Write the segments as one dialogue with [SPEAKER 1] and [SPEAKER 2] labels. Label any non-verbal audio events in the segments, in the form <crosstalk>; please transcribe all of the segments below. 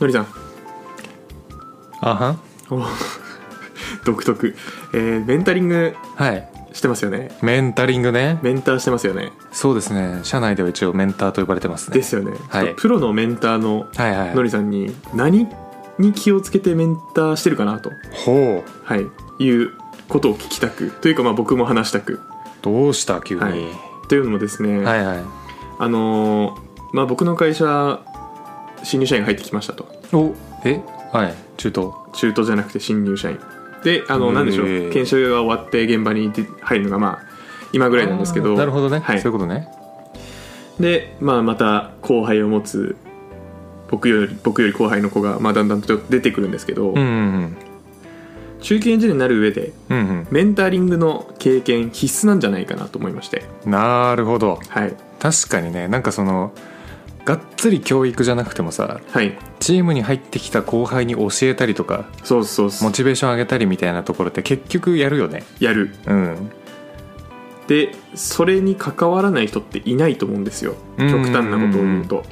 [SPEAKER 1] のりさん
[SPEAKER 2] あはん
[SPEAKER 1] お <laughs> 独特、えーメンタリング
[SPEAKER 2] はい
[SPEAKER 1] してますよね
[SPEAKER 2] メンタリングね
[SPEAKER 1] メンターしてますよね
[SPEAKER 2] そうですね社内では一応メンターと呼ばれてますね
[SPEAKER 1] ですよね、
[SPEAKER 2] は
[SPEAKER 1] ちょ
[SPEAKER 2] い
[SPEAKER 1] っとプロのメンターの
[SPEAKER 2] はいはい
[SPEAKER 1] のりさんに何に気をつけてメンターしてるかなと、
[SPEAKER 2] ほう
[SPEAKER 1] はい、いうことを聞きたくというかまあ僕も話したく
[SPEAKER 2] どうした急に、
[SPEAKER 1] は
[SPEAKER 2] はいい、
[SPEAKER 1] というのもですね、
[SPEAKER 2] はいはい
[SPEAKER 1] あのーまあ、僕の会社新入社員が入ってきましたと
[SPEAKER 2] おえはい中東
[SPEAKER 1] 中途じゃなくて新入社員であの
[SPEAKER 2] へー
[SPEAKER 1] 何でしょう研修が終わって現場に出入るのがまあ今ぐらいなんですけ
[SPEAKER 2] あ
[SPEAKER 1] ど
[SPEAKER 2] ーなるほどね、
[SPEAKER 1] はい
[SPEAKER 2] そういうことね
[SPEAKER 1] で、まあ、また後輩を持つ僕より僕より後輩の子が、まあ、だんだんと出てくるんですけど、
[SPEAKER 2] うんうん
[SPEAKER 1] 中堅エンジニアになる上で
[SPEAKER 2] うんうん
[SPEAKER 1] メンタリングの経験必須なんじゃないかなと思いまして
[SPEAKER 2] うんなるほど
[SPEAKER 1] はい
[SPEAKER 2] 確かにねなんかそのがっつり教育じゃなくてもさ
[SPEAKER 1] はい
[SPEAKER 2] チームに入ってきた後輩に教えたりとか
[SPEAKER 1] そうそうそ
[SPEAKER 2] モ
[SPEAKER 1] う
[SPEAKER 2] チベーション上げたりみたいなところって結局やるよね
[SPEAKER 1] やる
[SPEAKER 2] うん
[SPEAKER 1] でそれに関わらない人っていないと思うんですよ
[SPEAKER 2] うん
[SPEAKER 1] 極端なことを言うと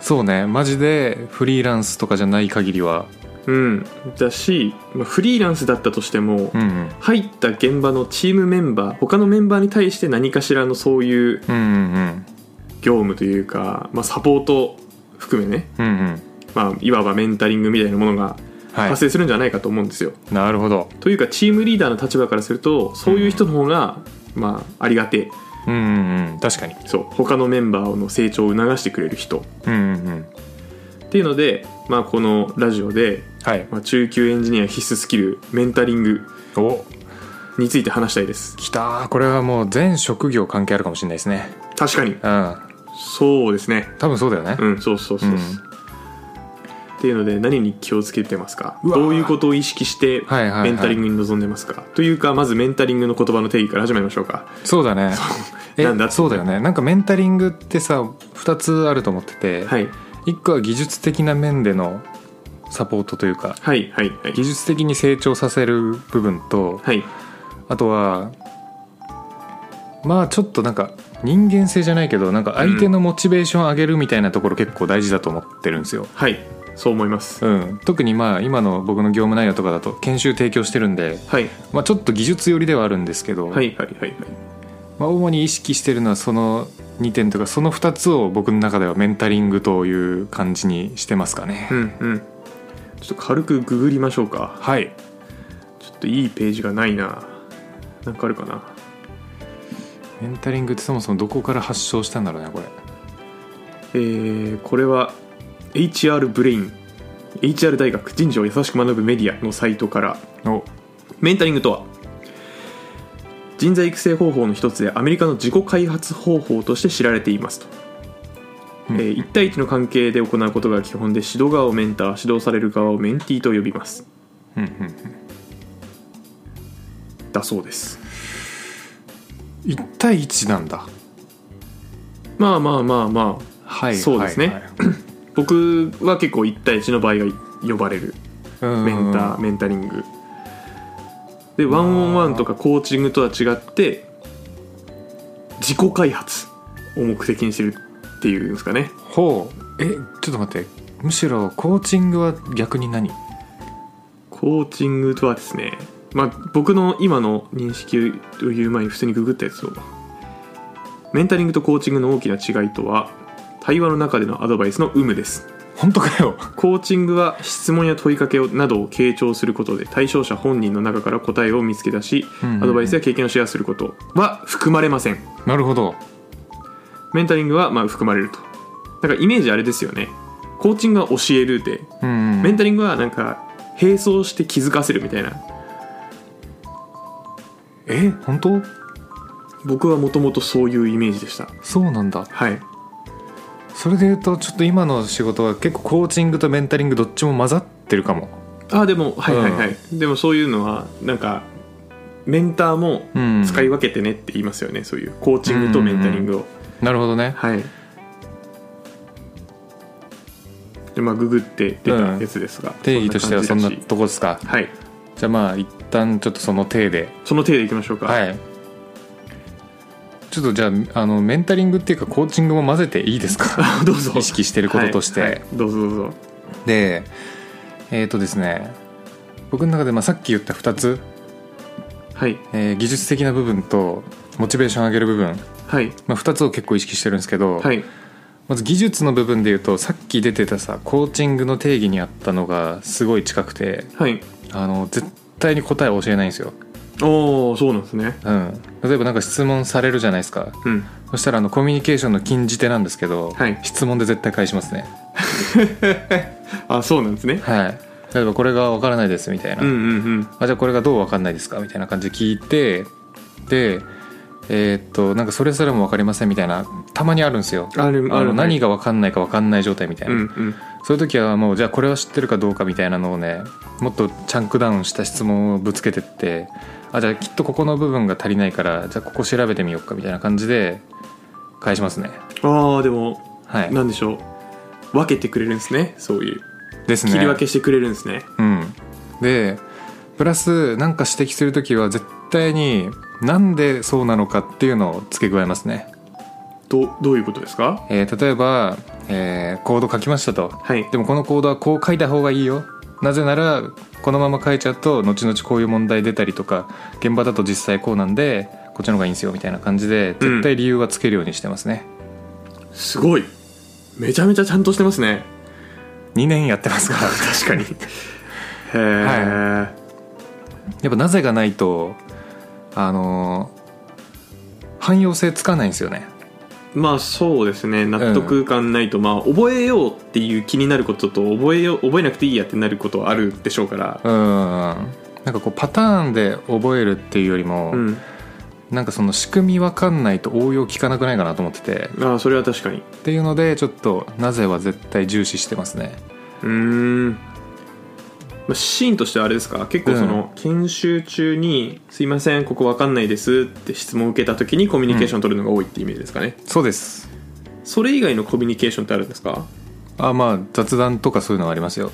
[SPEAKER 2] そうねマジでフリーランスとかじゃない限りは
[SPEAKER 1] うんだしまあフリーランスだったとしても、
[SPEAKER 2] うんうん
[SPEAKER 1] 入った現場のチームメンバー他のメンバーに対して何かしらのそういう
[SPEAKER 2] うんうん
[SPEAKER 1] 業務というか、まあ、サポート含めね、
[SPEAKER 2] うんうんうん
[SPEAKER 1] まあ、いわばメンタリングみたいなものが
[SPEAKER 2] は
[SPEAKER 1] 発生するんじゃないかと思うんですよ、
[SPEAKER 2] いなるほど
[SPEAKER 1] というかチームリーダーの立場からするとそういう人の方が、まあ、ありがてえ
[SPEAKER 2] うんうんうん確かに
[SPEAKER 1] そう他のメンバーの成長を促してくれる人
[SPEAKER 2] うんうんうん
[SPEAKER 1] っていうので、まあ、このラジオで、
[SPEAKER 2] はい
[SPEAKER 1] まあ、中級エンジニア必須スキルメンタリング
[SPEAKER 2] お
[SPEAKER 1] について話したいです
[SPEAKER 2] きたーこれはもう全職業関係あるかもしれないですね
[SPEAKER 1] 確かに
[SPEAKER 2] うん
[SPEAKER 1] そうですね
[SPEAKER 2] 多分そうだよね、
[SPEAKER 1] うんそうそうそうそう、
[SPEAKER 2] うん
[SPEAKER 1] っていうので何に気をつけてますか
[SPEAKER 2] うわー
[SPEAKER 1] どういうことを意識して
[SPEAKER 2] はいはいはい
[SPEAKER 1] メンタリングに臨んでますか、というかまずメンタリングの言葉の定義から始めましょうか
[SPEAKER 2] そうだねえ
[SPEAKER 1] なんだって
[SPEAKER 2] そうだよねなんかメンタリングってさ2つあると思ってて、
[SPEAKER 1] はい
[SPEAKER 2] 1個は技術的な面でのサポートというか
[SPEAKER 1] はいはいはい
[SPEAKER 2] 技術的に成長させる部分と
[SPEAKER 1] はい
[SPEAKER 2] あとはまあちょっとなんか人間性じゃないけどなんか相手のモチベーション上げるみたいなところ結構大事だと思ってるんですよ、
[SPEAKER 1] はいそう思います、
[SPEAKER 2] うん、特にまあ今の僕の業務内容とかだと研修提供してるんで、
[SPEAKER 1] はい
[SPEAKER 2] まあ、ちょっと技術寄りではあるんですけど、
[SPEAKER 1] はいはいはいはい
[SPEAKER 2] まあ、主に意識してるのはその2点とかその2つを僕の中ではメンタリングという感じにしてますかね、
[SPEAKER 1] うんうんちょっと軽くググりましょうか
[SPEAKER 2] はい
[SPEAKER 1] ちょっといいページがないななんかあるかな
[SPEAKER 2] メンタリングってそもそもどこから発祥したんだろうねこれ
[SPEAKER 1] えー、これは HR ブレイン HR 大学人事を優しく学ぶメディアのサイトから
[SPEAKER 2] お
[SPEAKER 1] メンタリングとは人材育成方法の一つでアメリカの自己開発方法として知られていますと、
[SPEAKER 2] う
[SPEAKER 1] え
[SPEAKER 2] ん
[SPEAKER 1] ー1対1の関係で行うことが基本で指導側をメンター指導される側をメンティーと呼びます
[SPEAKER 2] うんうんうん
[SPEAKER 1] だそうです
[SPEAKER 2] 1対1なんだ
[SPEAKER 1] まあまあまあまあ
[SPEAKER 2] はい
[SPEAKER 1] そうですね
[SPEAKER 2] はいはい
[SPEAKER 1] 僕は結構1対1の場合が呼ばれる
[SPEAKER 2] うん
[SPEAKER 1] メンターメンタリングでワンオンワンとかコーチングとは違って自己開発を目的にしてるっていうんですかね
[SPEAKER 2] ほうえちょっと待ってむしろコーチングは逆に何
[SPEAKER 1] コーチングとはですね、まあ、僕の今の認識を言う前に普通にググったやつをメンタリングとコーチングの大きな違いとは対話の中でのアドバイスの有無です
[SPEAKER 2] 本当かよ
[SPEAKER 1] コーチングは質問や問いかけをなどを傾聴することで対象者本人の中から答えを見つけ出し
[SPEAKER 2] うんうん
[SPEAKER 1] アドバイスや経験をシェアすることは含まれません
[SPEAKER 2] なるほど
[SPEAKER 1] メンタリングはまあ含まれるとだからイメージあれですよねコーチングは教えるで
[SPEAKER 2] うん
[SPEAKER 1] メンタリングはなんか並走して気づかせるみたいな
[SPEAKER 2] え本当
[SPEAKER 1] 僕はもともとそういうイメージでした
[SPEAKER 2] そうなんだ
[SPEAKER 1] はい
[SPEAKER 2] それで言うとちょっと今の仕事は結構コーチングとメンタリングどっちも混ざってるかも
[SPEAKER 1] あでもはいはいはい、でもそういうのはなんかメンターも
[SPEAKER 2] うん
[SPEAKER 1] 使い分けてねって言いますよね、そういうコーチングとメンタリングを、
[SPEAKER 2] なるほどね
[SPEAKER 1] はいでまあググって出たやつですが、
[SPEAKER 2] 定義としてはそんな
[SPEAKER 1] 感じだ
[SPEAKER 2] とこですか
[SPEAKER 1] しはい
[SPEAKER 2] じゃあまあ一旦ちょっとその体で
[SPEAKER 1] その程度いきましょうか
[SPEAKER 2] はいちょっとじゃああのメン <laughs> タリングっていうかコーチングも混ぜていいですか
[SPEAKER 1] <laughs> どうぞ
[SPEAKER 2] 意識してることとして
[SPEAKER 1] はいはいどうぞどうぞ
[SPEAKER 2] でえっ、とですね僕の中でまあさっき言った2つ、
[SPEAKER 1] はい
[SPEAKER 2] えー技術的な部分とモチベーション上げる部分、
[SPEAKER 1] はい
[SPEAKER 2] まあ、2つを結構意識してるんですけど、
[SPEAKER 1] はい
[SPEAKER 2] まず技術の部分で言うとさっき出てたさコーチングの定義にあったのがすごい近くて
[SPEAKER 1] はい
[SPEAKER 2] あの絶対に答えを教えないんですよ、
[SPEAKER 1] おおそうなんですね
[SPEAKER 2] うん、例えばなんか質問されるじゃないですか
[SPEAKER 1] うん
[SPEAKER 2] そしたらあのコミュニケーションの禁じ手なんですけど、
[SPEAKER 1] はい
[SPEAKER 2] 質問で絶対返しますね
[SPEAKER 1] あそうなんですね
[SPEAKER 2] はい例えばこれが分からないですみたいな、
[SPEAKER 1] うんうんうん
[SPEAKER 2] あじゃあこれがどう分かんないですかみたいな感じで聞いてでえーっとなんかそれすらも分かりませんみたいなたまにあるんですよ
[SPEAKER 1] あるある
[SPEAKER 2] の何が分かんないか分かんない状態みたい
[SPEAKER 1] うん
[SPEAKER 2] な、
[SPEAKER 1] うん
[SPEAKER 2] そういう時はもうじゃあこれは知ってるかどうかみたいなのをねもっとチャンクダウンした質問をぶつけてってあじゃあきっとここの部分が足りないからじゃあここ調べてみようかみたいな感じで返しますね
[SPEAKER 1] ああでも
[SPEAKER 2] はい
[SPEAKER 1] なんでしょう分けてくれるんですねそういう
[SPEAKER 2] ですね
[SPEAKER 1] 切り分けしてくれるんですね
[SPEAKER 2] うんでプラスなんか指摘する時は絶対になんでそうなのかっていうのを付け加えますね、
[SPEAKER 1] どどういうことですか
[SPEAKER 2] えー例えば、えーコード書きましたと
[SPEAKER 1] はい
[SPEAKER 2] でもこのコードはこう書いた方がいいよなぜならこのまま書いちゃうと後々こういう問題出たりとか現場だと実際こうなんでこっちの方がいいんですよみたいな感じで絶対理由はつけるようにしてますね、
[SPEAKER 1] すごいめちゃめちゃちゃんとしてますね
[SPEAKER 2] 2年やって <laughs> ますから
[SPEAKER 1] 確かにへえ、
[SPEAKER 2] はやっぱなぜがないとあのー汎用性つかないんですよね
[SPEAKER 1] まあそうですね納得感ないと、まあ覚えようっていう気になることと覚えよう覚えなくていいやってなることはあるでしょうから
[SPEAKER 2] うんなんかこうパターンで覚えるっていうよりも、
[SPEAKER 1] うん、
[SPEAKER 2] なんかその仕組みわかんないと応用効かなくないかなと思ってて
[SPEAKER 1] ああそれは確かに
[SPEAKER 2] っていうのでちょっとなぜは絶対重視してますね
[SPEAKER 1] うーん、まあ、シーンとしてはあれですか結構その、研修中に「すいませんここわかんないです」って質問を受けた時にコミュニケーション取るのが多いってイメージですかね、
[SPEAKER 2] そうです
[SPEAKER 1] それ以外のコミュニケーションってあるんですか
[SPEAKER 2] あまあ雑談とかそういうのはありますよ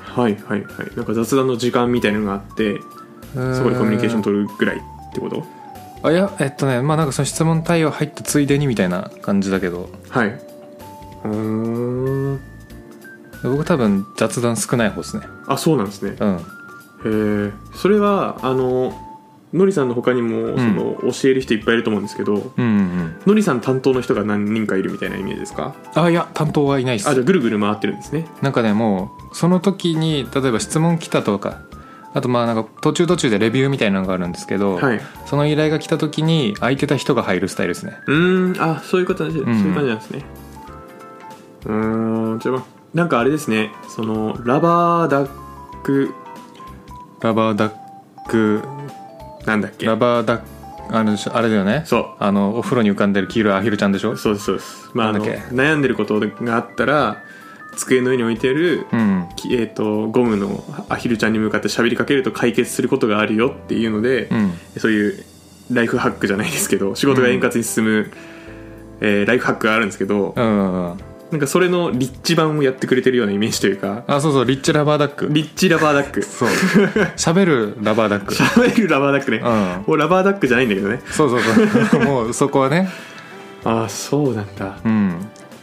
[SPEAKER 1] はいはいはいなんか雑談の時間みたいなのがあってそこでコミュニケーション取るぐらいってこと
[SPEAKER 2] あいやえっとねまあなんかその質問対応入ったついでにみたいな感じだけど
[SPEAKER 1] はいうーん
[SPEAKER 2] 僕多分雑談少ない方ですね
[SPEAKER 1] あそうなんですね
[SPEAKER 2] うん
[SPEAKER 1] へえそれはあののりさんの他にもその、教える人いっぱいいると思うんですけど
[SPEAKER 2] うんうん
[SPEAKER 1] のりさん担当の人が何人かいるみたいなイメージですか
[SPEAKER 2] あいや担当はいないっす
[SPEAKER 1] あじゃあぐるぐる回ってるんですね
[SPEAKER 2] なんかねもうその時に例えば質問来たとかあとまあなんか途中途中でレビューみたいなのがあるんですけど、
[SPEAKER 1] はい
[SPEAKER 2] その依頼が来た時に空いてた人が入るスタイルですね
[SPEAKER 1] うーんあそういうことなんですね
[SPEAKER 2] うん
[SPEAKER 1] そういう感じなんですねうーんじゃあまあなんかあれですねそのラバーダック
[SPEAKER 2] ラバーダック
[SPEAKER 1] なんだっけ
[SPEAKER 2] ラバーダックあのあれだよね
[SPEAKER 1] そう
[SPEAKER 2] あのお風呂に浮かんでる黄色いアヒルちゃんでしょ
[SPEAKER 1] そうですそうですまああ
[SPEAKER 2] なん
[SPEAKER 1] の
[SPEAKER 2] だっけ
[SPEAKER 1] 悩んでることがあったら机の上に置いてる、
[SPEAKER 2] うん
[SPEAKER 1] きえー、とゴムのアヒルちゃんに向かって喋りかけると解決することがあるよっていうので、
[SPEAKER 2] うん
[SPEAKER 1] そういうライフハックじゃないですけど仕事が円滑に進む、えーライフハックがあるんですけど、
[SPEAKER 2] うんうんうん
[SPEAKER 1] なんかそれのリッチ版をやってくれてるようなイメージというか
[SPEAKER 2] あそうそうリッチラバーダック
[SPEAKER 1] リッチラバーダック
[SPEAKER 2] そう喋るラバーダック
[SPEAKER 1] <laughs> 喋るラバーダックね、
[SPEAKER 2] うん
[SPEAKER 1] もうラバーダックじゃないんだけどね
[SPEAKER 2] そうそうそう <laughs> もうそこはね
[SPEAKER 1] ああそうなんだ
[SPEAKER 2] うんっ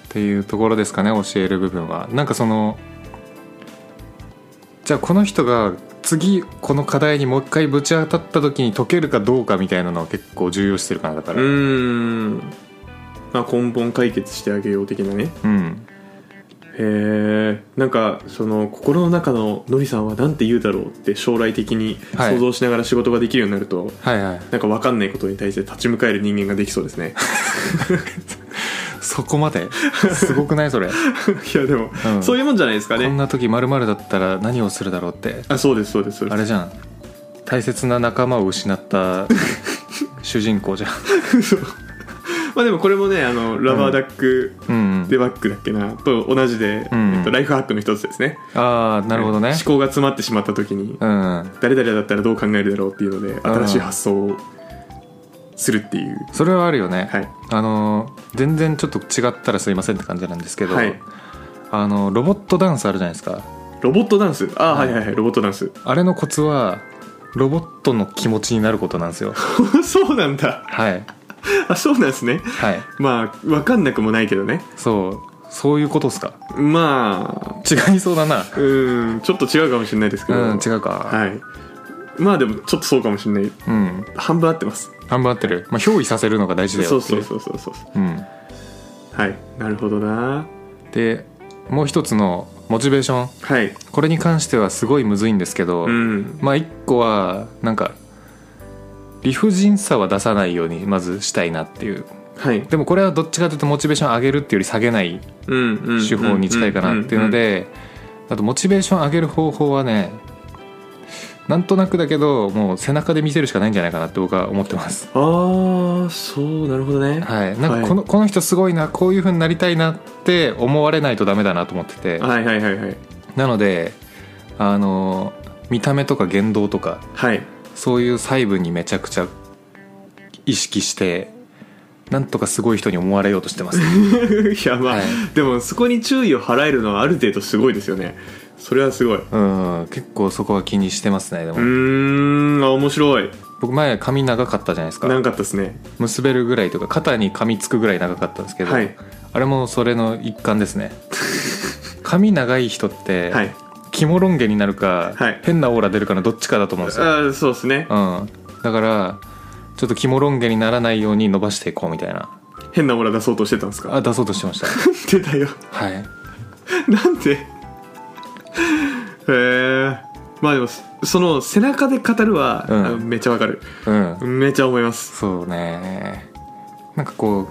[SPEAKER 2] ていうところですかね教える部分はなんかそのじゃあこの人が次この課題にもう一回ぶち当たった時に解けるかどうかみたいなのは結構重要視してるかなだか
[SPEAKER 1] う
[SPEAKER 2] ら
[SPEAKER 1] ーんまあ根本解決してあげよう的なね
[SPEAKER 2] うん
[SPEAKER 1] へえなんかその心の中ののりさんはなんて言うだろうって将来的に
[SPEAKER 2] はい
[SPEAKER 1] 想像しながら仕事ができるようになると、
[SPEAKER 2] はいはい
[SPEAKER 1] なんか分かんないことに対して立ち向かえる人間ができそうです <laughs> ね
[SPEAKER 2] そこ
[SPEAKER 1] <laughs>
[SPEAKER 2] まですごくないそれ、
[SPEAKER 1] いやでも、
[SPEAKER 2] うん
[SPEAKER 1] そういうもんじゃないですか
[SPEAKER 2] こん
[SPEAKER 1] ね
[SPEAKER 2] な時まるだったら何をするだろうって
[SPEAKER 1] あそうですそうですそう
[SPEAKER 2] あ
[SPEAKER 1] で
[SPEAKER 2] れじゃん大切な仲間を失った主人公じゃん
[SPEAKER 1] すまあでもこれもねあのラバーダック、
[SPEAKER 2] うん、うん
[SPEAKER 1] デバッグだっけなと同じで、
[SPEAKER 2] うん
[SPEAKER 1] えっと、ライフハックの一つですね
[SPEAKER 2] ああなるほどね
[SPEAKER 1] 思考が詰まってしまった時に
[SPEAKER 2] うん
[SPEAKER 1] 誰々だったらどう考えるだろうっていうので新しい発想をするっていう
[SPEAKER 2] それはあるよね、
[SPEAKER 1] はい
[SPEAKER 2] あの全然ちょっと違ったらすいませんって感じなんですけど、
[SPEAKER 1] はい
[SPEAKER 2] あのロボットダンスあるじゃないですか
[SPEAKER 1] ロボットダンスあ、はい、はいはいはいロボットダンス <laughs>
[SPEAKER 2] あれのコツはロボットの気持ちになることなんで
[SPEAKER 1] <laughs>
[SPEAKER 2] すよ
[SPEAKER 1] そうなんだ
[SPEAKER 2] はい
[SPEAKER 1] あそうなんですね
[SPEAKER 2] はい
[SPEAKER 1] まあ分かんなくもないけどね
[SPEAKER 2] そうそういうことっすか
[SPEAKER 1] ま
[SPEAKER 2] 違いそうだな
[SPEAKER 1] あうんちょっと違うかもしれないですけ
[SPEAKER 2] う
[SPEAKER 1] ど、
[SPEAKER 2] ん違うか、
[SPEAKER 1] はいまあでもちょっとそうかもしれない
[SPEAKER 2] うん
[SPEAKER 1] 半分合ってます
[SPEAKER 2] 半分合ってる、まあ、憑依させるのが大事だよって
[SPEAKER 1] そ
[SPEAKER 2] いう
[SPEAKER 1] そうそうそうそう
[SPEAKER 2] うん、
[SPEAKER 1] はいなるほどな
[SPEAKER 2] でもう一つのモチベーション
[SPEAKER 1] はい
[SPEAKER 2] これに関してはすごいむずいんですけど、
[SPEAKER 1] うん
[SPEAKER 2] まあ一個はなんか理不尽さは出さないようにまずしたいなっていう
[SPEAKER 1] はい
[SPEAKER 2] でもこれはどっちかというとモチベーション上げるっていうより下げない
[SPEAKER 1] うんうん
[SPEAKER 2] 手法に近いかなっていうのであとモチベーション上げる方法はねなんとなくだけどもう背中で見せるしかないんじゃないかなって僕は思ってます
[SPEAKER 1] ああそうなるほどね
[SPEAKER 2] はいなんかこの,、この人すごいなこういう風になりたいなって思われないとダメだなと思ってて
[SPEAKER 1] はいはいはいはい
[SPEAKER 2] なのであの見た目とか言動とか
[SPEAKER 1] はい <laughs>
[SPEAKER 2] そういう細部にめちゃくちゃ意識してなんとかすごい人に思われようとしてます
[SPEAKER 1] いやまあ、
[SPEAKER 2] はい
[SPEAKER 1] でもそこに注意を払えるのはある程度すごいですよねそれはすごいう
[SPEAKER 2] うん結構そこは気にしてますねでも、
[SPEAKER 1] ーんあ面白い
[SPEAKER 2] 僕前髪長かったじゃないです
[SPEAKER 1] な
[SPEAKER 2] か
[SPEAKER 1] んかあったですね
[SPEAKER 2] 結べるぐらいとか肩に噛みつくぐらい長かったんですけど、
[SPEAKER 1] はい
[SPEAKER 2] あれもそれの一環で
[SPEAKER 1] <laughs>
[SPEAKER 2] すね髪長い人って、
[SPEAKER 1] はい
[SPEAKER 2] 肝ロン毛になるか、
[SPEAKER 1] はい
[SPEAKER 2] 変なオーラ出るかのどっちかだと思うんですよ
[SPEAKER 1] ああそうですね
[SPEAKER 2] うん、だからちょっと肝ロン毛にならないように伸ばしていこうみたいな
[SPEAKER 1] 変なオーラ出そうとしてたんですか
[SPEAKER 2] あ出そうとし
[SPEAKER 1] <laughs>
[SPEAKER 2] てました
[SPEAKER 1] 出たよ
[SPEAKER 2] はい
[SPEAKER 1] なんでへえまあでもその背中で語るは、
[SPEAKER 2] うん
[SPEAKER 1] あのめっちゃわかる
[SPEAKER 2] うん
[SPEAKER 1] めちゃ思います
[SPEAKER 2] そうねなんかこう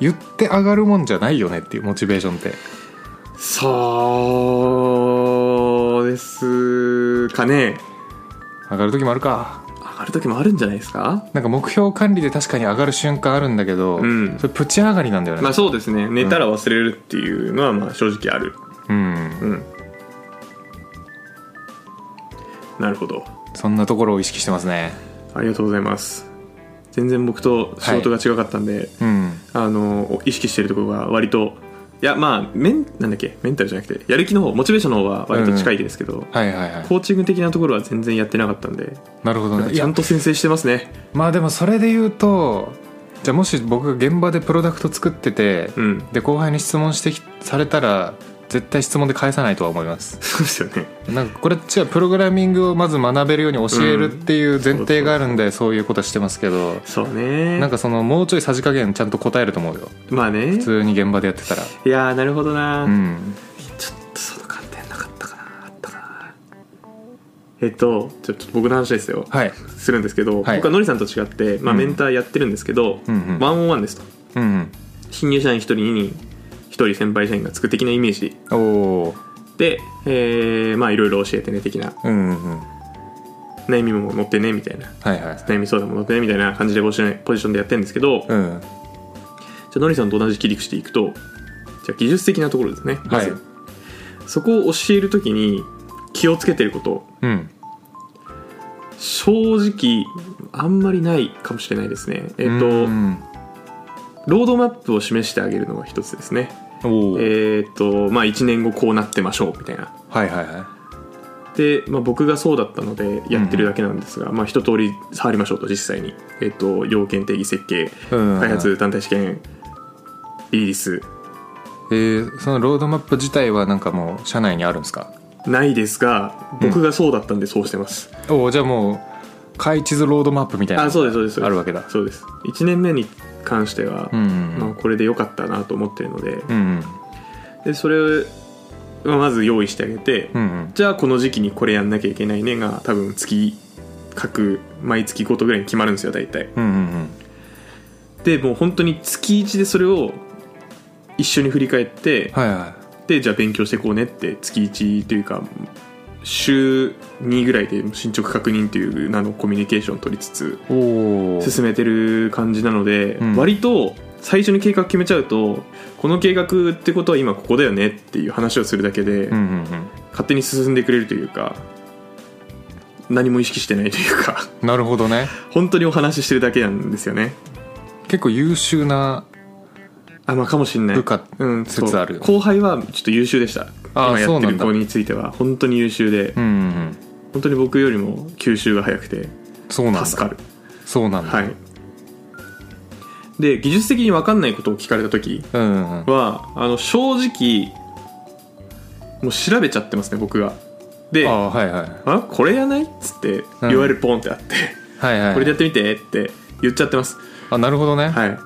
[SPEAKER 2] 言って上がるもんじゃないよねっていうモチベーションって
[SPEAKER 1] そうですかね
[SPEAKER 2] 上がる時もあるか
[SPEAKER 1] 上がる時もあるんじゃないですか
[SPEAKER 2] なんか目標管理で確かに上がる瞬間あるんだけど、
[SPEAKER 1] うん
[SPEAKER 2] それプチ上がりなんだよね、
[SPEAKER 1] まあそうですね寝たら忘れるっていうのはまあ正直ある
[SPEAKER 2] う
[SPEAKER 1] う
[SPEAKER 2] ん
[SPEAKER 1] んなるほど
[SPEAKER 2] そんなところを意識してますね
[SPEAKER 1] ありがとうございます全然僕と仕事が違かったんで、
[SPEAKER 2] うん
[SPEAKER 1] あの意識してるところが割といやまあメンなんだっけメンタルじゃなくてやる気の方モチベーションの方は割と近いですけど、
[SPEAKER 2] はいはいはい
[SPEAKER 1] コーチング的なところは全然やってなかったんで
[SPEAKER 2] なるほどねい
[SPEAKER 1] ちゃ
[SPEAKER 2] や
[SPEAKER 1] んと先生してますね
[SPEAKER 2] まあでもそれで言うとじゃあもし僕が現場でプロダクト作ってて、
[SPEAKER 1] うん
[SPEAKER 2] で後輩に質問してきされたら絶対質問で返さないとは思います
[SPEAKER 1] そうですよね
[SPEAKER 2] なんかこれっちはプログラミングをまず学べるように教えるっていう前提があるんでそういうことはしてますけど
[SPEAKER 1] そうね
[SPEAKER 2] なんかそのもうちょいさじ加減ちゃんと答えると思うよ
[SPEAKER 1] まあね
[SPEAKER 2] 普通に現場でやってたら
[SPEAKER 1] いやーなるほどな、
[SPEAKER 2] うん
[SPEAKER 1] ちょっとその観点なかったかなあったかなえっとちょちょっと僕の話ですよ
[SPEAKER 2] はい
[SPEAKER 1] するんですけど、
[SPEAKER 2] はい
[SPEAKER 1] 僕はのりさんと違って、まあ、
[SPEAKER 2] うん
[SPEAKER 1] メンターやってるんですけど、
[SPEAKER 2] うんうん
[SPEAKER 1] ワンオンワンですと
[SPEAKER 2] うん
[SPEAKER 1] 新入社員一人に一人先輩社員がつく的なイメージ
[SPEAKER 2] うんおー
[SPEAKER 1] で、えーまあいろいろ教えてね的な
[SPEAKER 2] うんうんうん
[SPEAKER 1] 悩みも乗ってねみたいな
[SPEAKER 2] はいはい
[SPEAKER 1] 悩み相談も乗ってねみたいな感じでポジションポジションでやってるんですけど、じゃ
[SPEAKER 2] うん
[SPEAKER 1] あのりさんと同じ切り口でいくとじゃあ技術的なところですねまず、
[SPEAKER 2] はい
[SPEAKER 1] そこを教えるときに気をつけてること
[SPEAKER 2] うん
[SPEAKER 1] 正直あんまりないかもしれないですねえっ、と、
[SPEAKER 2] うん
[SPEAKER 1] ロードマップを示してあげるのが一つですね
[SPEAKER 2] おー
[SPEAKER 1] えっ、とまあ1年後こうなってましょうみたいな
[SPEAKER 2] はいはいは
[SPEAKER 1] で、まあ、僕がそうだったのでやってるだけなんですが、まあ、一通り触りましょうと実際に、えっと要件定義設計
[SPEAKER 2] いうん
[SPEAKER 1] 開発団体試験リリース
[SPEAKER 2] えーそのロードマップ自体はなんかもう社内にあるんですか
[SPEAKER 1] ないですが僕がそうだったんでそうしてます、
[SPEAKER 2] おおじゃあもう開地図ロードマップみたいな
[SPEAKER 1] あそうですそうですそうです
[SPEAKER 2] あるわけだ
[SPEAKER 1] そうです1年目に関しては、
[SPEAKER 2] うんう
[SPEAKER 1] まあ、
[SPEAKER 2] ん
[SPEAKER 1] これで良かったなと思ってるので
[SPEAKER 2] うん
[SPEAKER 1] でそれをまあまず用意してあげて、
[SPEAKER 2] うんうん
[SPEAKER 1] じゃあこの時期にこれやんなきゃいけないねが多分月各毎月ごとぐらいに決まるんですよ大体
[SPEAKER 2] うんうん
[SPEAKER 1] でもう本当に月1でそれを一緒に振り返って、
[SPEAKER 2] はいは
[SPEAKER 1] でじゃあ勉強してこうねって月1というか週2ぐらいで進捗確認という名のコミュニケーションを取りつつ
[SPEAKER 2] いおお
[SPEAKER 1] 進めてる感じなので、
[SPEAKER 2] ん
[SPEAKER 1] 割と最初に計画決めちゃうとこの計画ってことは今ここだよねっていう話をするだけで、
[SPEAKER 2] うんうん
[SPEAKER 1] 勝手に進んでくれるというか何も意識してないというか <laughs>
[SPEAKER 2] うんなるほどね
[SPEAKER 1] 本当にお話ししてるだけなんですよね
[SPEAKER 2] 結構優秀な
[SPEAKER 1] あまあかもしんない
[SPEAKER 2] 部下
[SPEAKER 1] うん、そう
[SPEAKER 2] 説ある
[SPEAKER 1] 後輩はちょっと優秀でした
[SPEAKER 2] あ
[SPEAKER 1] 今や
[SPEAKER 2] そ
[SPEAKER 1] っ
[SPEAKER 2] う
[SPEAKER 1] て
[SPEAKER 2] な
[SPEAKER 1] る
[SPEAKER 2] んだ
[SPEAKER 1] 子については本当に優秀で、
[SPEAKER 2] うんうんうん
[SPEAKER 1] 本当に僕よりも吸収が早くて
[SPEAKER 2] そうなんだ
[SPEAKER 1] 助かる
[SPEAKER 2] そうなんだ、
[SPEAKER 1] はいで技術的に分かんないことを聞かれた時
[SPEAKER 2] うんうんうん
[SPEAKER 1] はあの正直もう調べちゃってますね僕がで「
[SPEAKER 2] ああはいはい
[SPEAKER 1] あこれやない?」っつって
[SPEAKER 2] うん
[SPEAKER 1] URL ポンってあって
[SPEAKER 2] は
[SPEAKER 1] 「
[SPEAKER 2] いはい
[SPEAKER 1] これでやってみて」って言っちゃってます
[SPEAKER 2] あなるほどね、
[SPEAKER 1] はい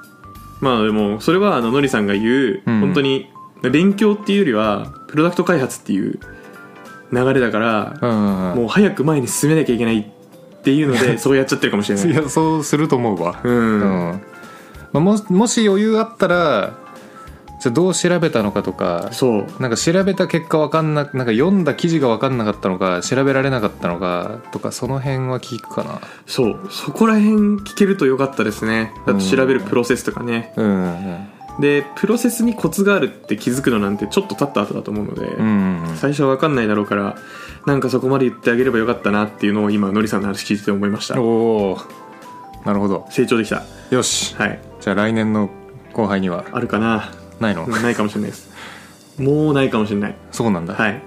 [SPEAKER 1] まあでもそれはあののりさんが言う、
[SPEAKER 2] うん
[SPEAKER 1] 本当に勉強っていうよりはプロダクト開発っていう流れだから、
[SPEAKER 2] うんうんうん
[SPEAKER 1] もう早く前に進めなきゃいけないっていうの
[SPEAKER 2] <laughs>
[SPEAKER 1] でそうやっちゃってるかもしれない
[SPEAKER 2] いやそうすると思うわ
[SPEAKER 1] うん、
[SPEAKER 2] うんまあ、ももし余裕あったらじゃあどう調べたのかとか
[SPEAKER 1] そう
[SPEAKER 2] なんか調べた結果わかんななんか読んだ記事が分かんなかったのか調べられなかったのかとかその辺は聞くかな
[SPEAKER 1] そうそこら辺聞けるとよかったですねあと調べるプロセスとかね、
[SPEAKER 2] うんうん
[SPEAKER 1] でプロセスにコツがあるって気づくのなんてちょっと経った後だと思うので、
[SPEAKER 2] うんうんうん
[SPEAKER 1] 最初は分かんないだろうからなんかそこまで言ってあげればよかったなっていうのを今のりさんの話聞いてて思いました
[SPEAKER 2] おおなるほど
[SPEAKER 1] 成長できた
[SPEAKER 2] よし
[SPEAKER 1] はい
[SPEAKER 2] じゃあ来年の後輩には
[SPEAKER 1] あるか
[SPEAKER 2] <laughs>
[SPEAKER 1] な
[SPEAKER 2] ないの、
[SPEAKER 1] ないかもしれないですもうないかもしれない
[SPEAKER 2] そうなんだ、
[SPEAKER 1] はい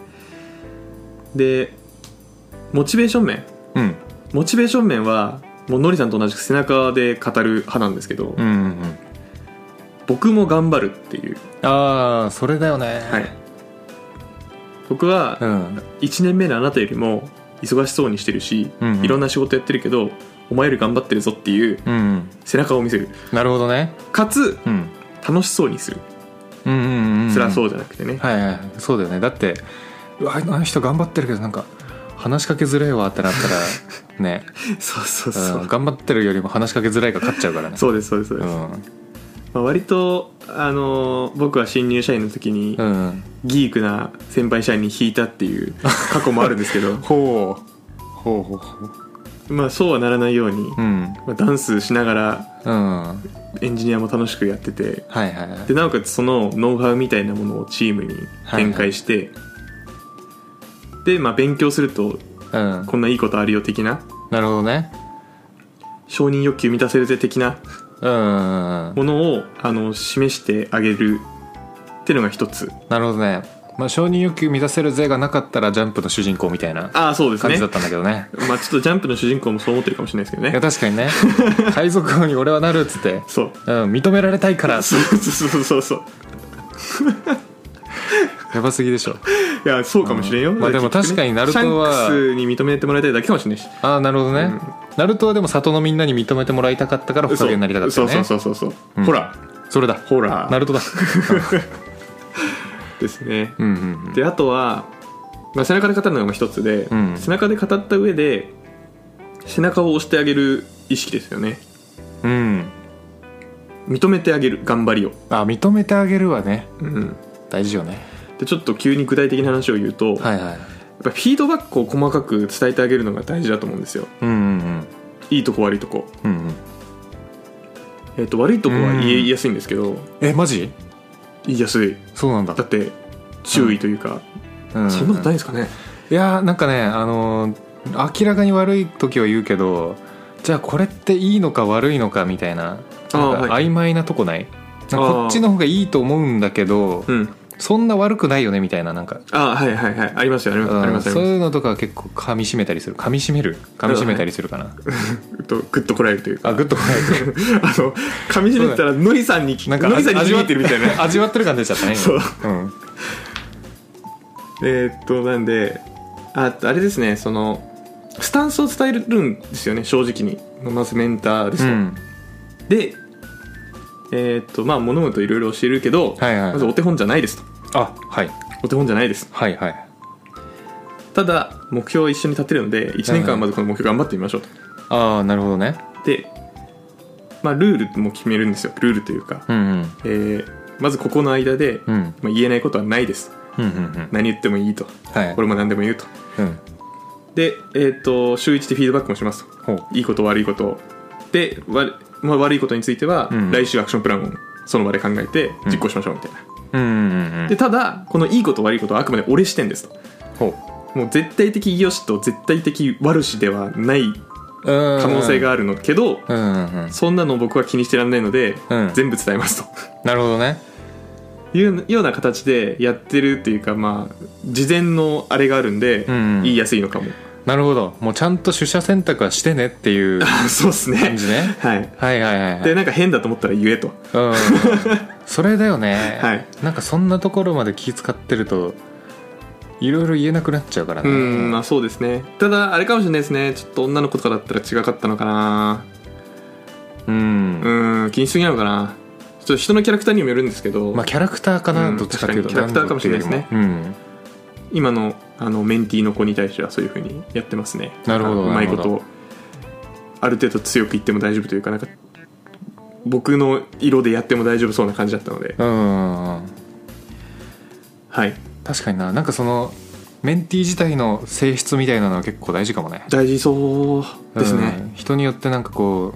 [SPEAKER 1] でモチベーション面
[SPEAKER 2] うん
[SPEAKER 1] モチベーション面はもうのりさんと同じく背中で語る派なんですけど、
[SPEAKER 2] うんうんうん
[SPEAKER 1] 僕も頑張るっていう、
[SPEAKER 2] ああそれだよね
[SPEAKER 1] はい、僕は
[SPEAKER 2] うん
[SPEAKER 1] 1年目のあなたよりも忙しそうにしてるし、
[SPEAKER 2] うんうん
[SPEAKER 1] いろんな仕事やってるけどお前より頑張ってるぞっていう
[SPEAKER 2] うんうん
[SPEAKER 1] 背中を見せる
[SPEAKER 2] なるほどね
[SPEAKER 1] かつ
[SPEAKER 2] うん
[SPEAKER 1] 楽しそうにする
[SPEAKER 2] うんうんうん、うん、
[SPEAKER 1] 辛そううじゃなくてね、
[SPEAKER 2] はいはいそうだよねだってうわあの人頑張ってるけどなんか話しかけづらいわってなったら
[SPEAKER 1] <laughs>
[SPEAKER 2] ね、
[SPEAKER 1] そうそうそう、
[SPEAKER 2] うん、頑張ってるよりも話しかけづらいが勝っちゃうからね
[SPEAKER 1] そうですそうですそう
[SPEAKER 2] う
[SPEAKER 1] です、
[SPEAKER 2] ん
[SPEAKER 1] まあ、割と、あのー僕は新入社員の時に
[SPEAKER 2] うん
[SPEAKER 1] ギークな先輩社員に引いたっていう過去もあるんですけ
[SPEAKER 2] <laughs>
[SPEAKER 1] ど
[SPEAKER 2] ほうほうほうほう
[SPEAKER 1] まあそうはならないように、
[SPEAKER 2] うん
[SPEAKER 1] まあ、ダンスしながら
[SPEAKER 2] うんはい
[SPEAKER 1] エンジニアも楽しくやってて
[SPEAKER 2] はいはい
[SPEAKER 1] でなおかつそのノウハウみたいなものをチームに展開して、で、まあ、勉強すると
[SPEAKER 2] うん
[SPEAKER 1] こんないいことあるよ的な
[SPEAKER 2] なるほどね
[SPEAKER 1] 承認欲求満たせるぜ的な
[SPEAKER 2] うんうんうん
[SPEAKER 1] ものをあの示してあげるってのが一つ
[SPEAKER 2] なるほどねまあ承認欲求満たせる税がなかったらジャンプの主人公みたいな
[SPEAKER 1] ああそうです
[SPEAKER 2] 感
[SPEAKER 1] ね
[SPEAKER 2] じだったんだけどね
[SPEAKER 1] まあちょっとジャンプの主人公もそう思ってるかもしれないですけど
[SPEAKER 2] いや
[SPEAKER 1] ね
[SPEAKER 2] 確かにね海賊王に俺はなるっつって、
[SPEAKER 1] そう
[SPEAKER 2] うん、認められたいから
[SPEAKER 1] そうそうそうそう
[SPEAKER 2] やばすぎでしょ
[SPEAKER 1] いやそうかもしれんよ、
[SPEAKER 2] うんまあでも確かにナルトは
[SPEAKER 1] シャンクスに認めてもらいたいだけかもしれないし
[SPEAKER 2] ああなるほどね、
[SPEAKER 1] うん
[SPEAKER 2] ナルトはでも里のみんなに認めてもらいたかったからホカゲになりたかったよね
[SPEAKER 1] そうそうそうそうそう、
[SPEAKER 2] うん
[SPEAKER 1] ほら
[SPEAKER 2] それだ
[SPEAKER 1] ほら
[SPEAKER 2] ナルトだ
[SPEAKER 1] ですね
[SPEAKER 2] うんうん
[SPEAKER 1] であとは、まあ、背中で語るのが一つで、
[SPEAKER 2] うん
[SPEAKER 1] 背中で語った上で背中を押してあげる意識ですよね
[SPEAKER 2] うん、うん、
[SPEAKER 1] 認めてあげる頑張りを、
[SPEAKER 2] あ認めてあげるはね
[SPEAKER 1] うん、
[SPEAKER 2] 大事よね
[SPEAKER 1] でちょっと急に具体的な話を言うと、やっ
[SPEAKER 2] はいはい
[SPEAKER 1] ぱフィードバックを細かく伝えてあげるのが大事だと思うんですよ
[SPEAKER 2] うんうん
[SPEAKER 1] いいとこ悪いとこ、
[SPEAKER 2] うんうんうん
[SPEAKER 1] えっと悪いとこは言
[SPEAKER 2] うん
[SPEAKER 1] いやすいんですけど、
[SPEAKER 2] えマジ
[SPEAKER 1] 言いやすい
[SPEAKER 2] そうなんだ
[SPEAKER 1] だって注意というか、
[SPEAKER 2] うん
[SPEAKER 1] そんなことないですかね、
[SPEAKER 2] いやーなんかねあのー明らかに悪い時は言うけどじゃあこれっていいのか悪いのかみたいな
[SPEAKER 1] あー
[SPEAKER 2] なんか
[SPEAKER 1] はい
[SPEAKER 2] 曖昧なとこないなんかこっちの方がいいと思うんだけど
[SPEAKER 1] うん
[SPEAKER 2] そんな悪くないよねみたいななんか
[SPEAKER 1] ああはいはいはいありますよありますあり
[SPEAKER 2] う
[SPEAKER 1] ま
[SPEAKER 2] ん
[SPEAKER 1] すあ
[SPEAKER 2] そう
[SPEAKER 1] り
[SPEAKER 2] いうのとかは結構噛み締めたりする噛み締める噛み締めたりするかな
[SPEAKER 1] ますとグッとこらえるというか
[SPEAKER 2] あグッとこない
[SPEAKER 1] あの噛みしめてたらのりさんに
[SPEAKER 2] なんか
[SPEAKER 1] のりさんに味わってるみたいな
[SPEAKER 2] 味わってる感じ出ちゃったね今
[SPEAKER 1] そう
[SPEAKER 2] うん
[SPEAKER 1] えーっとなんでああれですねそのスタンスを伝えるんですよね正直にまずメンターです
[SPEAKER 2] う
[SPEAKER 1] と、
[SPEAKER 2] ん
[SPEAKER 1] でえーっとまあ物事いろいろ教えるけど、
[SPEAKER 2] はいはい
[SPEAKER 1] まずお手本じゃないですと
[SPEAKER 2] あはい
[SPEAKER 1] お手本じゃないです
[SPEAKER 2] はいはい
[SPEAKER 1] ただ目標を一緒に立てるので1年間はまずこの目標頑張ってみましょうと
[SPEAKER 2] ああなるほどね
[SPEAKER 1] で、まあ、ルールも決めるんですよルールというか、
[SPEAKER 2] うんうん
[SPEAKER 1] えーまずここの間で、
[SPEAKER 2] うん
[SPEAKER 1] まあ、言えないことはないです
[SPEAKER 2] うんうんうん
[SPEAKER 1] 何言ってもいいと
[SPEAKER 2] はい
[SPEAKER 1] 俺も何でも言うと
[SPEAKER 2] うん
[SPEAKER 1] で、えー、と週1でフィードバックもしますと
[SPEAKER 2] ほう
[SPEAKER 1] いいこと悪いことでわ、まあ、悪いことについては、
[SPEAKER 2] うん
[SPEAKER 1] 来週アクションプランをその場で考えて実行しましょうみたいな、
[SPEAKER 2] うんうんうん
[SPEAKER 1] でただこのいいこと悪いことはあくまで俺視点ですと
[SPEAKER 2] ほ
[SPEAKER 1] もう絶対的良しと絶対的悪しではないう
[SPEAKER 2] うん
[SPEAKER 1] 可能性があるのけど、
[SPEAKER 2] うんうんうん
[SPEAKER 1] そんなの僕は気にしてらんないので、
[SPEAKER 2] うん
[SPEAKER 1] 全部伝えます
[SPEAKER 2] なるほどね
[SPEAKER 1] と <laughs> いうような形でやってるっていうかまあ事前のあれがあるんで、
[SPEAKER 2] うん
[SPEAKER 1] 言いやすいのかも <laughs>
[SPEAKER 2] なるほどもうちゃんと取捨選択はしてねっ
[SPEAKER 1] <laughs>
[SPEAKER 2] ていう
[SPEAKER 1] そうっす
[SPEAKER 2] 感
[SPEAKER 1] ね
[SPEAKER 2] じね
[SPEAKER 1] はい
[SPEAKER 2] はいはいはいはい
[SPEAKER 1] でなんか変だと思ったら言えと
[SPEAKER 2] うん、それだよね、
[SPEAKER 1] はい
[SPEAKER 2] なんかそんなところまで気使ってるといろいろ言えなくなっちゃうからね
[SPEAKER 1] うんまあそうですねただあれかもしれないですねちょっと女の子とかだったら違かったのかな
[SPEAKER 2] うん
[SPEAKER 1] うん気にしすぎなのかなちょっと人のキャラクターにもよるんですけど、
[SPEAKER 2] まあキャラクターかな、
[SPEAKER 1] うん
[SPEAKER 2] どっちかっていうと
[SPEAKER 1] 確かにキャラクターかもしれないですね
[SPEAKER 2] 男女っていうよりも
[SPEAKER 1] 今のあのメンティーの子に対してはそういうふうにやってますね
[SPEAKER 2] なるほど
[SPEAKER 1] あのうまいこ
[SPEAKER 2] なるほ
[SPEAKER 1] とある程度強く言っても大丈夫というかなんか僕の色でやっても大丈夫そうな感じだったので
[SPEAKER 2] うん、うん、
[SPEAKER 1] はい
[SPEAKER 2] 確かにななんかそのメンティー自体の性質みたいなのは結構大事かもね
[SPEAKER 1] 大事そうですね、
[SPEAKER 2] うん人によってなんかこ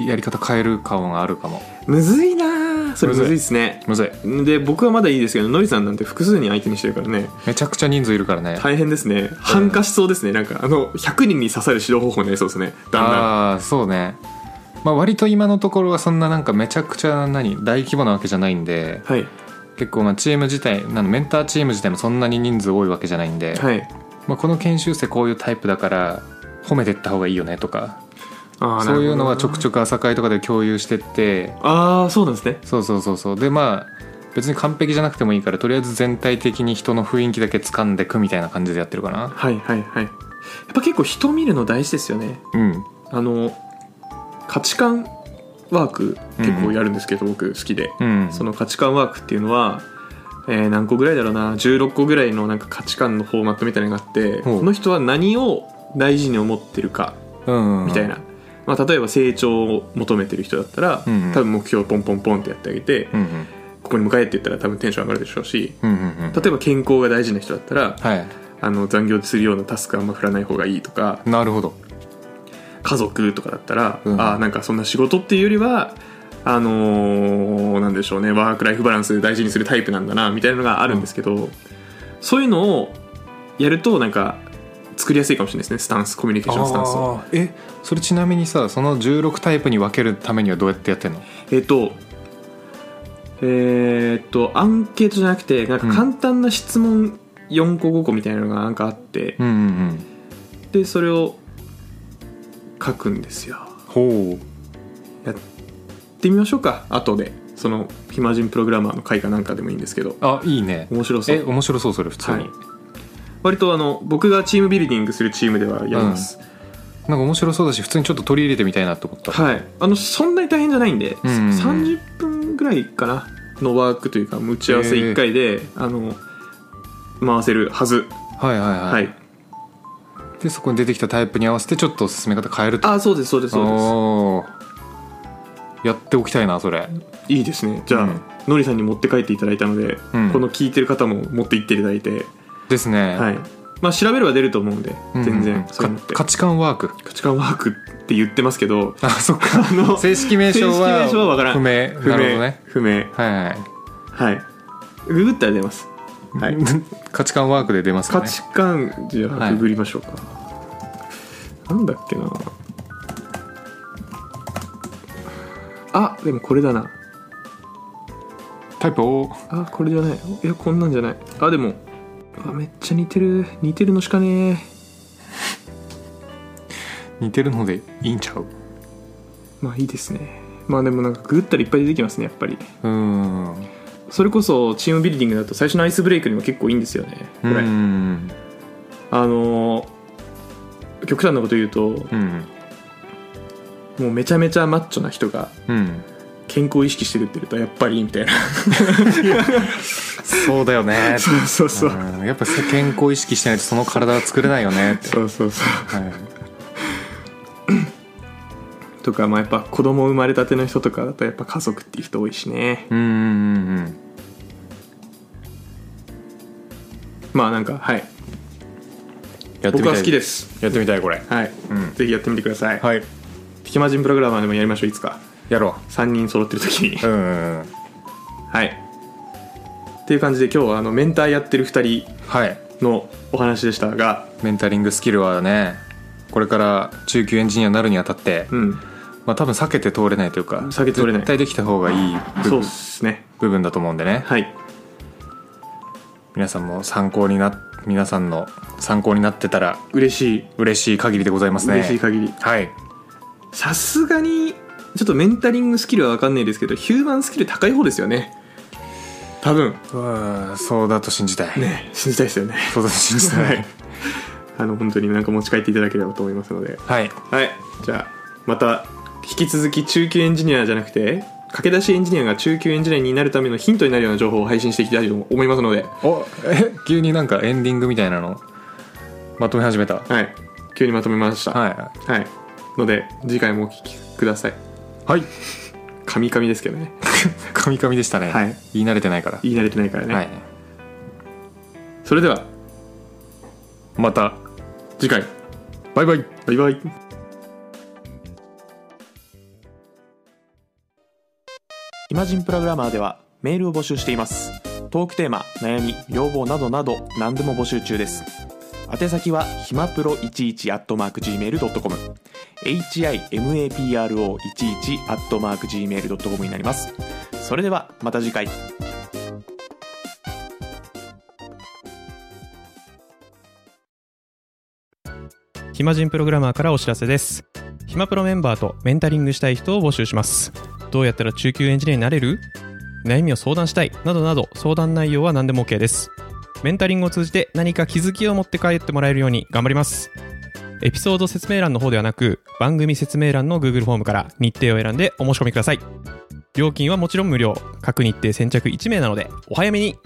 [SPEAKER 2] うやり方変える感はあるかも
[SPEAKER 1] むずいなあそれむ
[SPEAKER 2] むず
[SPEAKER 1] ず
[SPEAKER 2] い
[SPEAKER 1] いですね
[SPEAKER 2] むずい
[SPEAKER 1] で僕はまだいいですけどノリさんなんて複数人相手にしてるからね
[SPEAKER 2] めちゃくちゃ人数いるからね
[SPEAKER 1] 大変ですね繁華しそうですねなんかあの100人に刺さる指導方法になりそうですねだんだん
[SPEAKER 2] ああーそうねまあ割と今のところはそんななんかめちゃくちゃ何大規模なわけじゃないんで
[SPEAKER 1] はい
[SPEAKER 2] 結構まあチーム自体なのメンターチーム自体もそんなに人数多いわけじゃないんで、
[SPEAKER 1] はい
[SPEAKER 2] まあ、この研修生こういうタイプだから褒めてった方がいいよねとか
[SPEAKER 1] あーなるほどな
[SPEAKER 2] そういうのはちょくちょく朝会とかで共有してって
[SPEAKER 1] ああそうなんですね
[SPEAKER 2] そうそうそうそうでまあ別に完璧じゃなくてもいいからとりあえず全体的に人の雰囲気だけ掴んでくみたいな感じでやってるかな
[SPEAKER 1] はいはいはいやっぱ結構人見るの大事ですよね
[SPEAKER 2] うん
[SPEAKER 1] あの価値観ワーク結構やるんですけど、僕好きで、
[SPEAKER 2] うん
[SPEAKER 1] その価値観ワークっていうのは、えー何個ぐらいだろうな16個ぐらいのなんか価値観のフォーマットみたいなのがあって
[SPEAKER 2] ほう
[SPEAKER 1] この人は何を大事に思ってるか
[SPEAKER 2] うん
[SPEAKER 1] みたいな、まあ、例えば成長を求めてる人だったら、
[SPEAKER 2] うんうん
[SPEAKER 1] 多分目標をポンポンポンってやってあげて、
[SPEAKER 2] うん
[SPEAKER 1] ここに向かえって言ったら多分テンション上がるでしょうし
[SPEAKER 2] うんうんうんうん
[SPEAKER 1] 例えば健康が大事な人だったら
[SPEAKER 2] は
[SPEAKER 1] あの残業するようなタスクあんま振らない方がいいとか
[SPEAKER 2] いなるほど
[SPEAKER 1] 家族とかだったら、
[SPEAKER 2] うん
[SPEAKER 1] ああなんかそんな仕事っていうよりはあのーなんでしょうねワークライフバランス大事にするタイプなんだなみたいなのがあるんですけど、そういうのをやるとなんか作りやすいかもしれないですねスタンスコミュニケーションスタンスを。
[SPEAKER 2] あーえそれちなみにさその16タイプに分けるためにはどうやってやってんの
[SPEAKER 1] えっとえーっとアンケートじゃなくてなんか簡単な質問4個5個みたいなのがなんかあって、
[SPEAKER 2] うんうんうん
[SPEAKER 1] でそれを書くんですよ。
[SPEAKER 2] ほ
[SPEAKER 1] やってみましょうか後でその暇人プログラマーの会かなんかでもいいんですけど
[SPEAKER 2] うあいいね
[SPEAKER 1] 面白そ
[SPEAKER 2] え
[SPEAKER 1] う
[SPEAKER 2] 面白そうそれ普通に、
[SPEAKER 1] はい割とあの僕がチームビルディングするチームではやります、
[SPEAKER 2] なんか面白そうだし普通にちょっと取り入れてみたいなと思った、
[SPEAKER 1] はいあのそんなに大変じゃないんで、
[SPEAKER 2] うんうんうん
[SPEAKER 1] 30分ぐらいかなのワークというか打ち合わせ1回で、あの回せるはず
[SPEAKER 2] はいはいはい
[SPEAKER 1] はい、
[SPEAKER 2] でそこに出てきたタイプに合わせてちょっと進め方変えると
[SPEAKER 1] ああそうですそうですそうで
[SPEAKER 2] おーやっておきたいなそれ
[SPEAKER 1] すいいですねじゃあ、
[SPEAKER 2] うん
[SPEAKER 1] のりさんに持って帰っていただいたので、
[SPEAKER 2] うん
[SPEAKER 1] この聞いてる方も持って行っていただいて、
[SPEAKER 2] ですね、
[SPEAKER 1] はいまあ、調べれば出ると思うんで
[SPEAKER 2] うんうんう
[SPEAKER 1] 全
[SPEAKER 2] ん
[SPEAKER 1] 然
[SPEAKER 2] か
[SPEAKER 1] そういうのって
[SPEAKER 2] 価値観ワーク
[SPEAKER 1] 価値観ワークって言ってますけ
[SPEAKER 2] <laughs>
[SPEAKER 1] ど
[SPEAKER 2] あそっか
[SPEAKER 1] <laughs> あの
[SPEAKER 2] 正式名称は
[SPEAKER 1] 正式名称は分からん
[SPEAKER 2] 不明
[SPEAKER 1] 不
[SPEAKER 2] なるほ
[SPEAKER 1] 明、
[SPEAKER 2] どね
[SPEAKER 1] 不明
[SPEAKER 2] はいはい
[SPEAKER 1] はいググったら出
[SPEAKER 2] <laughs>
[SPEAKER 1] ます、はい、
[SPEAKER 2] 価値観ワークで出ますか
[SPEAKER 1] 価
[SPEAKER 2] ね
[SPEAKER 1] 値観じゃ
[SPEAKER 2] は
[SPEAKER 1] あ
[SPEAKER 2] い
[SPEAKER 1] ググりましょうか、なんだっけなあでもこれだな
[SPEAKER 2] タイプを
[SPEAKER 1] あこれじゃないいやこんなんじゃないあでもあめっちゃ似てる似てるのしかねえ
[SPEAKER 2] 似てるのでいいんちゃう
[SPEAKER 1] まあいいですねまあでもなんかググったらいっぱい出てきますねやっぱり
[SPEAKER 2] うーんう
[SPEAKER 1] それこそチームビルディングだと最初のアイスブレイクにも結構いいんですよねこ
[SPEAKER 2] ー
[SPEAKER 1] れ、
[SPEAKER 2] ん
[SPEAKER 1] あのー極端なこと言うと、
[SPEAKER 2] うん
[SPEAKER 1] もうめちゃめちゃマッチョな人が
[SPEAKER 2] うん
[SPEAKER 1] 健康を意識してるって言うとやっぱりみたいな <laughs>
[SPEAKER 2] そうだよね
[SPEAKER 1] そうそうそう、
[SPEAKER 2] うんやっぱ健康意識してないとその体は作れないよね
[SPEAKER 1] <laughs>
[SPEAKER 2] って
[SPEAKER 1] そうそうそ
[SPEAKER 2] はい、
[SPEAKER 1] うとかまあやっぱ子供生まれたての人とかだとやっぱ家族っていう人多いしね
[SPEAKER 2] うんうんうんうん
[SPEAKER 1] まあなんかはい
[SPEAKER 2] やってみたい
[SPEAKER 1] 僕は好きです
[SPEAKER 2] やってみたいこれ
[SPEAKER 1] はい、
[SPEAKER 2] うん
[SPEAKER 1] ぜひやってみてください、い、
[SPEAKER 2] はい
[SPEAKER 1] 暇人プログラマーでもやりましょういつか
[SPEAKER 2] やろ
[SPEAKER 1] 3人揃ってる時
[SPEAKER 2] <laughs>
[SPEAKER 1] に
[SPEAKER 2] ううんうんうん
[SPEAKER 1] はいっていう感じで今日はあのメンターやってる2人
[SPEAKER 2] はい
[SPEAKER 1] のお話でしたが
[SPEAKER 2] メンタリングスキルはねこれから中級エンジニアになるにあたって、
[SPEAKER 1] うん
[SPEAKER 2] まあ、多分避けて通れないというか
[SPEAKER 1] 避けて通れない
[SPEAKER 2] 絶対できた方がいい部
[SPEAKER 1] そう
[SPEAKER 2] 分
[SPEAKER 1] っすね
[SPEAKER 2] 部分だと思うんでね
[SPEAKER 1] はい
[SPEAKER 2] 皆さんも参考にな皆さんの参考になってたら
[SPEAKER 1] 嬉しい
[SPEAKER 2] 嬉しい限りでございますね
[SPEAKER 1] 嬉しい限り
[SPEAKER 2] はい
[SPEAKER 1] さすがにちょっとメンタリングスキルは分かんないですけどヒューマンスキル高い方ですよね多分
[SPEAKER 2] うわーそうだと信じたい、
[SPEAKER 1] ね信じたいですよね
[SPEAKER 2] そうだと信じたい
[SPEAKER 1] <laughs> あの本当になんか持ち帰っていただければと思いますので
[SPEAKER 2] はい
[SPEAKER 1] はいじゃあまた引き続き中級エンジニアじゃなくて駆け出しエンジニアが中級エンジニアになるためのヒントになるような情報を配信していきたいと思いますので、
[SPEAKER 2] おえ急になんかエンディングみたいなのまとめ始めた
[SPEAKER 1] はい、急にまとめました、、
[SPEAKER 2] はい
[SPEAKER 1] ので次回もお聞きください
[SPEAKER 2] いはい
[SPEAKER 1] カミカミですけどね
[SPEAKER 2] <laughs> カミカミでしたね、
[SPEAKER 1] はい
[SPEAKER 2] 言い慣れてないから、
[SPEAKER 1] 言い慣れてないからね、
[SPEAKER 2] はい、
[SPEAKER 1] それでは
[SPEAKER 2] また
[SPEAKER 1] 次回
[SPEAKER 2] バイバイ
[SPEAKER 1] バイバイイマジンプログラマーではメールを募集していますトークテーマ悩み要望などなど何でも募集中です宛先はひまプロ11 at mark gmail.com himapro11 at mark gmail.com になりますそれではまた次回
[SPEAKER 3] 暇人プログラマーからお知らせです暇プロメンバーとメンタリングしたい人を募集しますどうやったら中級エンジニアになれる悩みを相談したいなどなど相談内容は何でも OK ですメンタリングを通じて何か気づきを持って帰ってもらえるように頑張りますエピソード説明欄の方ではなく番組説明欄の Google フォームから日程を選んでお申し込みください料金はもちろん無料各日程先着1名なのでお早めに